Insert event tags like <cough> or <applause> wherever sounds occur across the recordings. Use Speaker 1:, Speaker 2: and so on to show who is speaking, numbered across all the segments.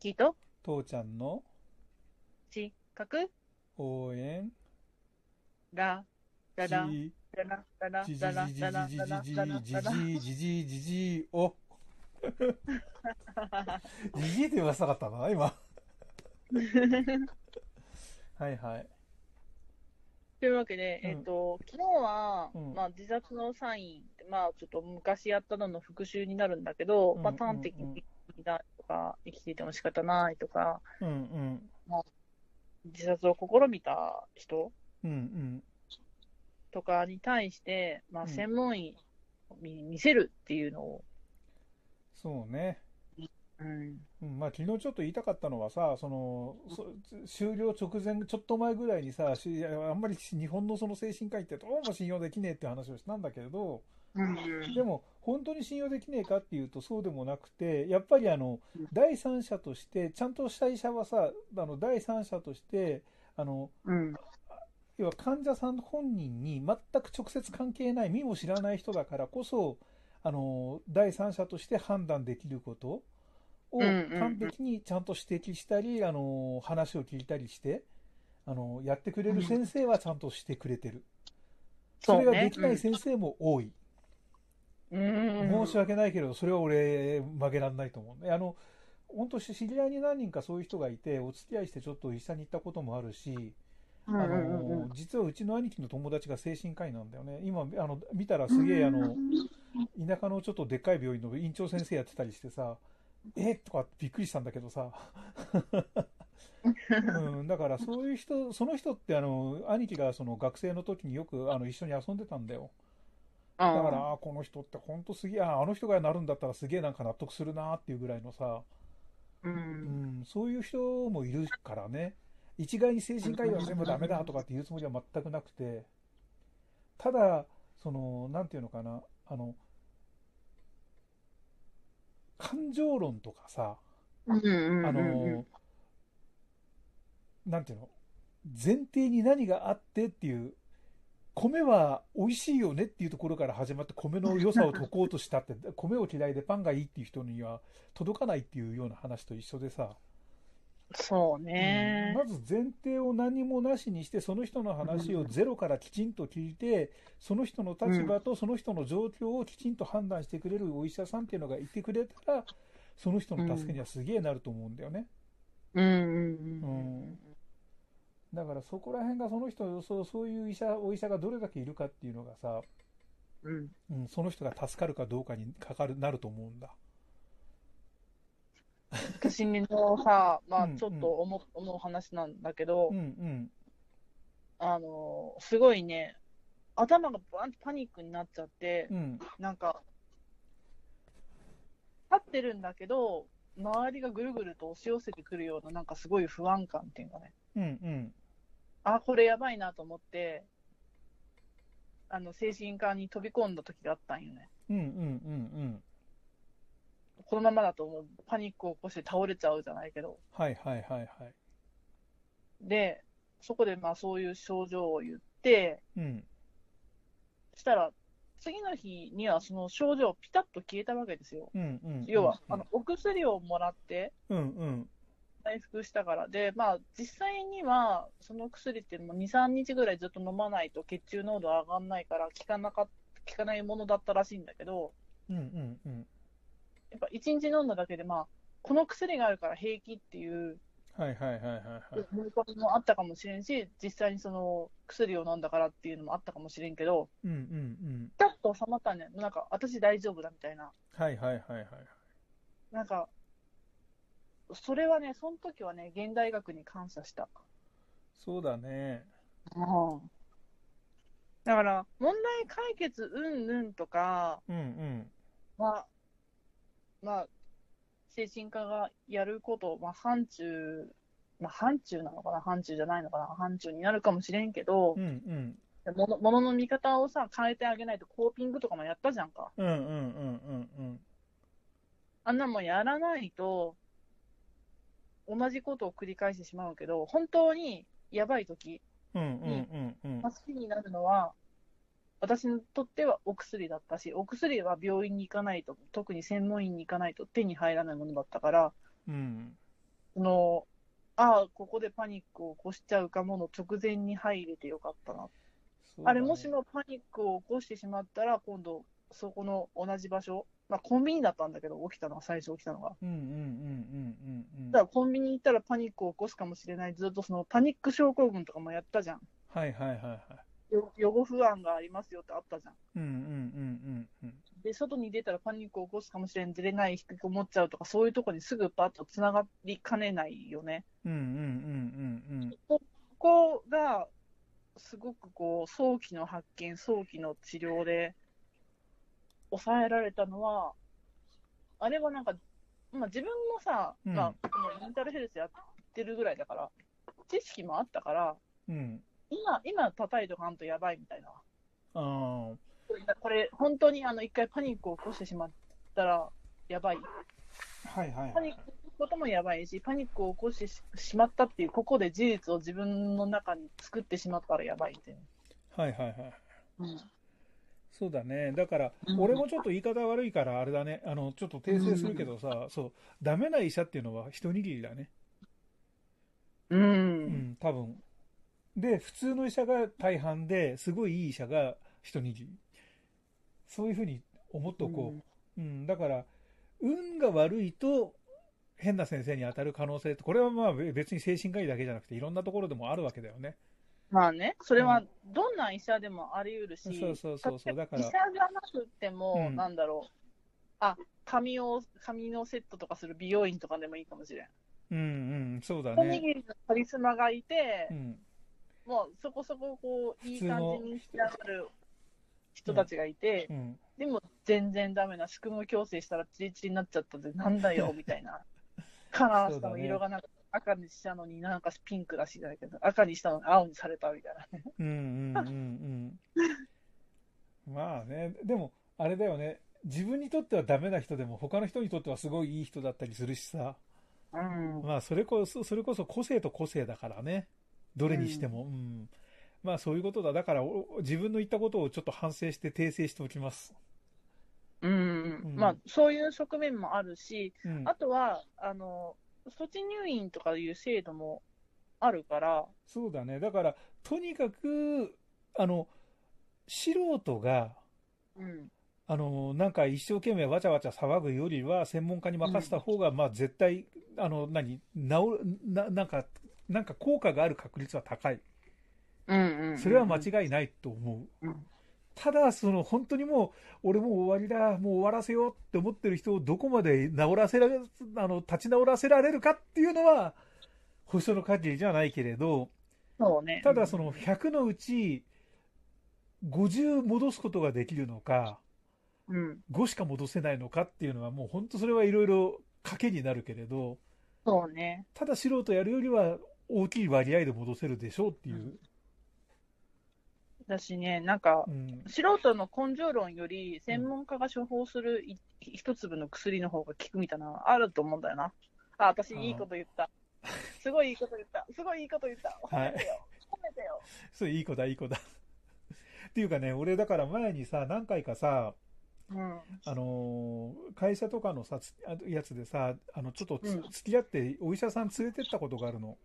Speaker 1: キーと
Speaker 2: 父ちゃんの
Speaker 1: 四角
Speaker 2: 応援
Speaker 1: ラララ
Speaker 2: じ
Speaker 1: ララララ
Speaker 2: じじ
Speaker 1: ララ
Speaker 2: じじ
Speaker 1: ララ
Speaker 2: じ
Speaker 1: ララララララ
Speaker 2: じじじじじじをじじって言わせたかったな今はいはい
Speaker 1: というわけで、
Speaker 2: うん
Speaker 1: えっと、昨日は、
Speaker 2: うん
Speaker 1: まあ、自殺のサインって、まあ、ちょっと昔やったのの復習になるんだけど、
Speaker 2: うん
Speaker 1: パターン的
Speaker 2: うんうん
Speaker 1: にだとか、生きていても仕方ないとか、
Speaker 2: うんうん
Speaker 1: 自殺を試みた人
Speaker 2: うんうん
Speaker 1: とかに対して、ま
Speaker 2: う
Speaker 1: あ、
Speaker 2: ん
Speaker 1: 専門医に見せるっていうのを、
Speaker 2: そうね
Speaker 1: うん、
Speaker 2: うんまあ、昨日ちょっと言いたかったのはさ、そのそ終了直前、ちょっと前ぐらいにさ、しあんまり日本のその精神科医ってどうも信用できねえって話をしたんだけれど、でも本当に信用できねえかっていうとそうでもなくて、やっぱりあの
Speaker 1: うん
Speaker 2: 第三者として、ちゃんとした医者はさ、あの第三者として、あの
Speaker 1: うん、
Speaker 2: 要は患者さん本人に全く直接関係ない、身も知らない人だからこそ、あの第三者として判断できることを
Speaker 1: うんうんうん
Speaker 2: 完璧にちゃんと指摘したり、あの話を聞いたりしてあの、やってくれる先生はちゃんとしてくれてる、そ
Speaker 1: そう
Speaker 2: れがで
Speaker 1: ね
Speaker 2: き。ない先生も多い、
Speaker 1: うん、
Speaker 2: 申し訳ないけれど、それは俺、曲げられないと思うね。あの本当知り合いに何人かそういう人がいてお付き合いしてちょっと医者に行ったこともあるし、
Speaker 1: うん
Speaker 2: あ
Speaker 1: うんうんう
Speaker 2: の
Speaker 1: ん
Speaker 2: 実はうちの兄貴の友達が精神科医なんだよね、今、あの見たらすげえあの田舎のちょっとでっかい病院の院長先生やってたりしてさ、えとかびっくりしたんだけど
Speaker 1: <laughs>
Speaker 2: さ、うん、だからそういう人、その人ってあの兄貴がその学生の時によくあの一緒に遊んでたんだよ、だから、あーこの人って本当すげえ、あーあの人がなるんだったらすげえなんか納得するなっていうぐらいのさ、
Speaker 1: う、
Speaker 2: うんん、そういう人もいるからね、一概に精神科医は全部ダメだとかって言うつもりは全くなくて、ただ、その、なんていうのかな、あの、感情論とかさ、
Speaker 1: うん、うん、
Speaker 2: あの、なんていうの、前提に何があってっていう、米は美味しいよねっていうところから始まって米の良さを解こうとした
Speaker 1: <laughs>
Speaker 2: って、米を嫌いでパンがいいっていう人には届かないっていうような話と一緒でさ、
Speaker 1: そう
Speaker 2: うん
Speaker 1: ね。
Speaker 2: まず前提を何もなしにして、その人の話をゼロからきちんと聞いて、その人の立場とその人の状況をきちんと判断してくれるお医者さんっていうのがいてくれたら、その人の助けにはすげえなると思うんだよね。
Speaker 1: うん、うん、うん。
Speaker 2: うんだからそこら辺がその人、そうそういう医者、お医者がどれだけいるかっていうのがさ、
Speaker 1: うん、
Speaker 2: うん、その人が助かるかどうかにかかる、なると思うんだ。
Speaker 1: 私のさ、まあ
Speaker 2: うん、
Speaker 1: ちょっと思う,、思う話なんだけど、
Speaker 2: うんうん。
Speaker 1: あのすごいね、頭がバンとパニックになっちゃって、
Speaker 2: うん。
Speaker 1: なんか、立ってるんだけど、周りがぐるぐると押し寄せてくるような、なんかすごい不安感っていうかね、
Speaker 2: うんうん。
Speaker 1: あ、これやばいなと思って、あの精神科に飛び込んだ時があったんよね。
Speaker 2: うんうんうんうん。
Speaker 1: このままだともうパニックを起こして倒れちゃうじゃないけど。
Speaker 2: はいはいはいはい。
Speaker 1: で、そこでまあそういう症状を言って、
Speaker 2: うん。
Speaker 1: したら、次の日にはその症状、ピタッと消えたわけですよ。
Speaker 2: うんうんうん。
Speaker 1: 要は、あのお薬をもらって
Speaker 2: うんうん。
Speaker 1: 回復したからで、まあ、実際にはその薬ってもう2、3日ぐらいずっと飲まないと血中濃度上がらないから効かなかっ効かないものだったらしいんだけど、
Speaker 2: うんうんうん。
Speaker 1: やっぱ1日飲んだだけで、まあ、この薬があるから平気っていう
Speaker 2: はいはいはいはいはい。
Speaker 1: 思い込みもあったかもしれんし、実際にその薬を飲んだからっていうのもあったかもしれんけど、
Speaker 2: うんうんうん。
Speaker 1: ピタッと収まったんじゃないなんか、私大丈夫だみたいな。
Speaker 2: はいはいはいはい。
Speaker 1: なんか、それはね、その時はね、現代学に感謝した。
Speaker 2: そうだね。
Speaker 1: だから、問題解決うんぬんとか
Speaker 2: うんうん。
Speaker 1: は、まあ、精神科がやること、まあ、範疇、まあ、範疇なのかな、範疇じゃないのかな、範疇になるかもしれんけど
Speaker 2: う、んうん。
Speaker 1: ものものの見方をさ、変えてあげないと、コーピングとかもやったじゃんか。
Speaker 2: うんうんうんうんうん。
Speaker 1: あんなもんやらないと、同じことを繰り返してしまうけど、本当にやばい時
Speaker 2: うんうんうんうん
Speaker 1: まあ。好きになるのは、私にとってはお薬だったし、お薬は病院に行かないと、特に専門医に行かないと手に入らないものだったから、
Speaker 2: うん。
Speaker 1: その、ああ、ここでパニックを起こしちゃうかもの直前に入れてよかったな。
Speaker 2: そうだね
Speaker 1: あれ、もしもパニックを起こしてしまったら、今度、そこの同じ場所、まあ、コンビニだったんだけど、起きたのは、最初起きたのが。
Speaker 2: うんうんうんうんうんうん
Speaker 1: だからコンビニ行ったらパニックを起こすかもしれない、ずっとそのパニック症候群とかもやったじゃん。
Speaker 2: はいはいはいはい
Speaker 1: よ予後不安がありますよってあったじゃん。
Speaker 2: うんうんうんうんうん
Speaker 1: で、外に出たらパニックを起こすかもしれん、出れない、引きこもっちゃうとか、そういうとこにすぐバッとつながりかねないよね。
Speaker 2: うんうんうんうんうん
Speaker 1: ここが、すごくこう、早期の発見、早期の治療で、抑えられたのは、あれはなんか、まあ自分もさ、
Speaker 2: うん
Speaker 1: まあ、このメンタルヘルスやってるぐらいだから、知識もあったから、
Speaker 2: うん
Speaker 1: 今、今叩いとかんとやばいみたいな。
Speaker 2: ああ
Speaker 1: これ、本当にあの、一回パニックを起こしてしまったら、やばい。
Speaker 2: はいはい
Speaker 1: パ
Speaker 2: は
Speaker 1: ニッ
Speaker 2: い
Speaker 1: クのこともやばいし、パニックを起こしてししまったっていう、ここで事実を自分の中に作ってしまったらやばいっていう。
Speaker 2: はいはいはい
Speaker 1: うん
Speaker 2: そうだねだから
Speaker 1: うん
Speaker 2: 俺もちょっと言い方悪いからあれだねあのちょっと訂正するけどさそうダメな医者っていうのは一握りだね
Speaker 1: う。
Speaker 2: うんん多分で普通の医者が大半ですごいいい医者が一握りそういうふうに思っとこう、うん、だから、運が悪いと、変な先生に当たる可能性って、これはまあべ別に精神科医だけじゃなくて、いろんなところでもあるわけだよね。
Speaker 1: まあね、それはどんな医者でもあり得るし、
Speaker 2: そうそうそうそう
Speaker 1: 例えば
Speaker 2: だから
Speaker 1: 医者じゃなくても、
Speaker 2: うん
Speaker 1: なんだろう、あ髪を髪のセットとかする美容院とかでもいいかもしれん。
Speaker 2: うんうん、そうだ
Speaker 1: おに
Speaker 2: ね。
Speaker 1: ぎりのカリスマがいて
Speaker 2: う、ん、
Speaker 1: もうそこそここういい
Speaker 2: 普通
Speaker 1: 感
Speaker 2: の
Speaker 1: じに仕上がる人たちがいて、
Speaker 2: うん。
Speaker 1: でも全然ダメな、宿務矯正したらチリチリになっちゃったぜ、なんだ <laughs> よみたいな、カラーしたの色がなんか、赤にしたのになんかピンクらしいじゃないけど、赤にしたのに青にされたみたいな。
Speaker 2: うんうんうんうん。まあね、でも、あれだよね。自分にとってはダメな人でも、他の人にとってはすごいいい人だったりするしさ。
Speaker 1: うん
Speaker 2: まあ、それこそ、それこそ個性と個性だからね。どれにしても。うん。まあ、そういうことだ。だから、お自分の言ったことをちょっと反省して訂正しておきます。
Speaker 1: うん
Speaker 2: うん
Speaker 1: まあ、そういう側面もあるし、
Speaker 2: うん。
Speaker 1: あとは、あの、措置入院とかいう制度もあるから、
Speaker 2: そうだね。だから、とにかく、あの、素人が、
Speaker 1: うん、
Speaker 2: あの、なんか一生懸命わちゃわちゃ騒ぐよりは、専門家に任せた方が、まあ絶対、あの、何、治る、な、なんか、なんか効果がある確率は高い。
Speaker 1: うんうんうん
Speaker 2: それは間違いないと思う。
Speaker 1: うん
Speaker 2: ただ、その、本当にもう、俺もう終わりだ、もう終わらせようって思ってる人をどこまで治らせられ、あの、立ち直らせられるかっていうのは、保証の限りじゃないけれど、
Speaker 1: そうね。
Speaker 2: ただその100のうち50戻すことができるのか
Speaker 1: うん、
Speaker 2: 5しか戻せないのかっていうのはもう本当それはいろいろ賭けになるけれど
Speaker 1: そうね。
Speaker 2: ただ素人やるよりは大きい割合で戻せるでしょうっていう、
Speaker 1: だしね、なんか
Speaker 2: う、ん、
Speaker 1: 素人の根性論より、専門家が処方するい一粒の薬の方が効くみたいなのあると思うんだよな。あ、私、
Speaker 2: あー
Speaker 1: いいこと言った。すごいいいこと言った。すごいいいこと言った。褒
Speaker 2: は
Speaker 1: め
Speaker 2: い
Speaker 1: てよ。褒めてよ。
Speaker 2: <laughs> そういい子だいい子だっていうかね俺だから前にさ何回かさ
Speaker 1: うん。
Speaker 2: あのー会社とかのさつあやつでさあのちょっと
Speaker 1: う
Speaker 2: つ、
Speaker 1: ん
Speaker 2: 付き合ってお医者さん連れてったことがあるの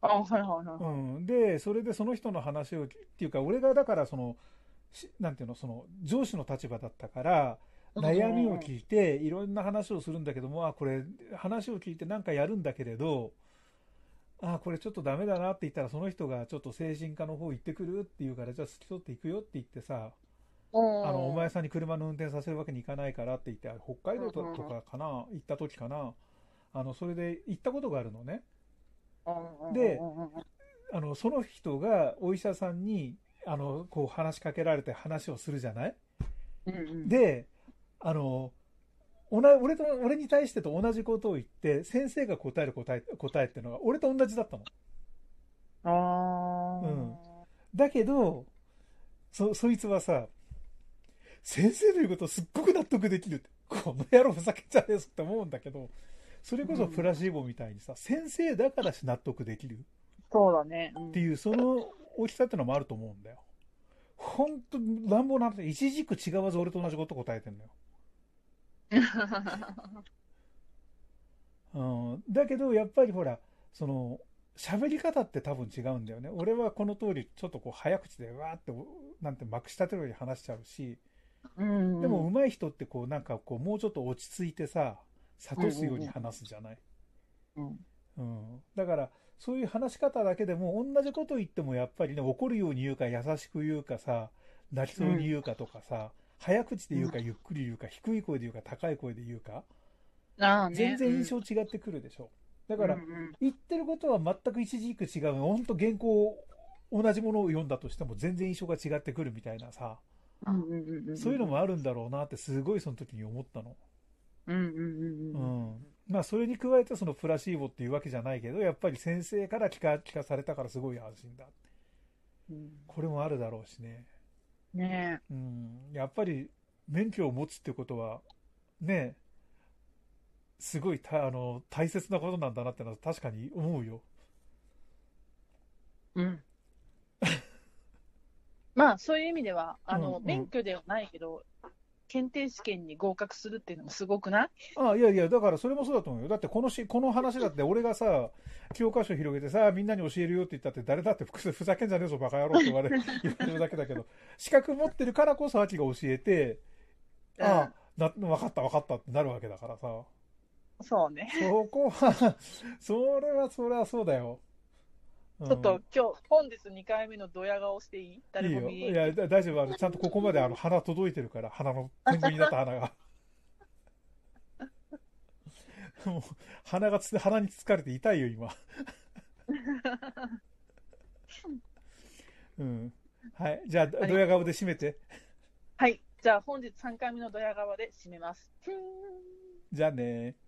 Speaker 1: あ、はいはいはい。
Speaker 2: うん、で、それでその人の話を、っていうか、俺がだから、その、しなんていうの、その、上司の立場だったから、悩みを聞いて、いろんな話をするんだけども、あ、これ、話を聞いてなんかやるんだけれど、あ、これちょっとダメだなって言ったら、その人がちょっと精神科の方行ってくるって言うから、じゃあ付き添っていくよって言ってさ、あ
Speaker 1: あ
Speaker 2: の、お前さんに車の運転させるわけにいかないからって言って、あれ北海道
Speaker 1: う
Speaker 2: と
Speaker 1: んうんうん
Speaker 2: とかかな、行った時かな、あの、それで行ったことがあるのね。であの、その人がお医者さんに、あの、こう話しかけられて話をするじゃない
Speaker 1: で、
Speaker 2: で、あの、おな俺と、俺に対してと同じことを言って、先生が答える答え、答えっていうのが、俺と同じだったの。
Speaker 1: ああ、
Speaker 2: うんだけど、そ、そいつはさ、先生の言うことすっごく納得できるって、この野郎ふざけちゃねえぞって思うんだけど、それこそプラシーボみたいにさ、先生だからし納得できる。
Speaker 1: そうだね。うん
Speaker 2: っていう、その大きさってのもあると思うんだよ。ほんと、乱暴なんて、一軸違わず俺と同じこと答えてんのよ。うん、だけどやっぱりほらその喋り方って多分違うんだよね俺はこの通りちょっとこう早口でわーってなんてまくし立てるように話しちゃうし
Speaker 1: <laughs> うん。
Speaker 2: でも上手い人ってこうなんかこうもうちょっと落ち着いてさ諭すように話すじゃない、
Speaker 1: うん、
Speaker 2: うん、だからそういう話し方だけでも同じこと言ってもやっぱりね怒るように言うか優しく言うかさ泣きそうに言うかとかさ、早口で言うかゆっくり言うか、低い声で言うか高い声で言うか
Speaker 1: ああね
Speaker 2: 全然印象違ってくるでしょ、だから、
Speaker 1: うんうん
Speaker 2: 言ってることは全く一字一句違うほんと原稿同じものを読んだとしても全然印象が違ってくるみたいなさ、
Speaker 1: うんうんうんうん、
Speaker 2: そういうのもあるんだろうなってすごいその時に思ったの。
Speaker 1: うんうん
Speaker 2: う
Speaker 1: うん
Speaker 2: んまあ、それに加えてそのプラシーボっていうわけじゃないけどやっぱり先生から聞か聞かされたからすごい安心だ
Speaker 1: うん
Speaker 2: これもあるだろうしね、
Speaker 1: ね
Speaker 2: うん、やっぱり免許を持つってことはねすごいたあの大切なことなんだなってのは確かに思うよ、
Speaker 1: え、う
Speaker 2: <laughs>
Speaker 1: ん、まあそういう意味ではあ
Speaker 2: うん
Speaker 1: の、
Speaker 2: うん
Speaker 1: 免許ではないけど検定試験に合格するっていうのもすごくない
Speaker 2: あいやいや、だからそれもそうだと思うよ。だってこのし、この
Speaker 1: <laughs>
Speaker 2: 話だって俺がさ、教科書広げてさ、みんなに教えるよって言ったって誰だってふ <laughs> ふざけんじゃねえぞ、バカ野郎って言
Speaker 1: <laughs>
Speaker 2: われ言われるだけだけど、資格持ってるからこそ秋が教えて、ああ、な、わかったわかったってなるわけだからさ。
Speaker 1: うんそうね、
Speaker 2: そこは、 <laughs> それはそれはそうだよ。うん
Speaker 1: ちょっと今日本日2回目のドヤ顔していい
Speaker 2: いい
Speaker 1: 誰も
Speaker 2: よ。
Speaker 1: 見
Speaker 2: い
Speaker 1: えない
Speaker 2: や、だ大丈夫。あの、ちゃんとここまであの、鼻届いてるから、鼻の、ペンギンになった
Speaker 1: <laughs>
Speaker 2: 鼻が。もう、鼻がつ、鼻につつかれて痛いよ、今。うん。はい。じゃあ、
Speaker 1: がとう
Speaker 2: ドヤ顔で締めて。
Speaker 1: はいじゃあ本日3回目のドヤ顔で締めますふーん
Speaker 2: じゃあねー。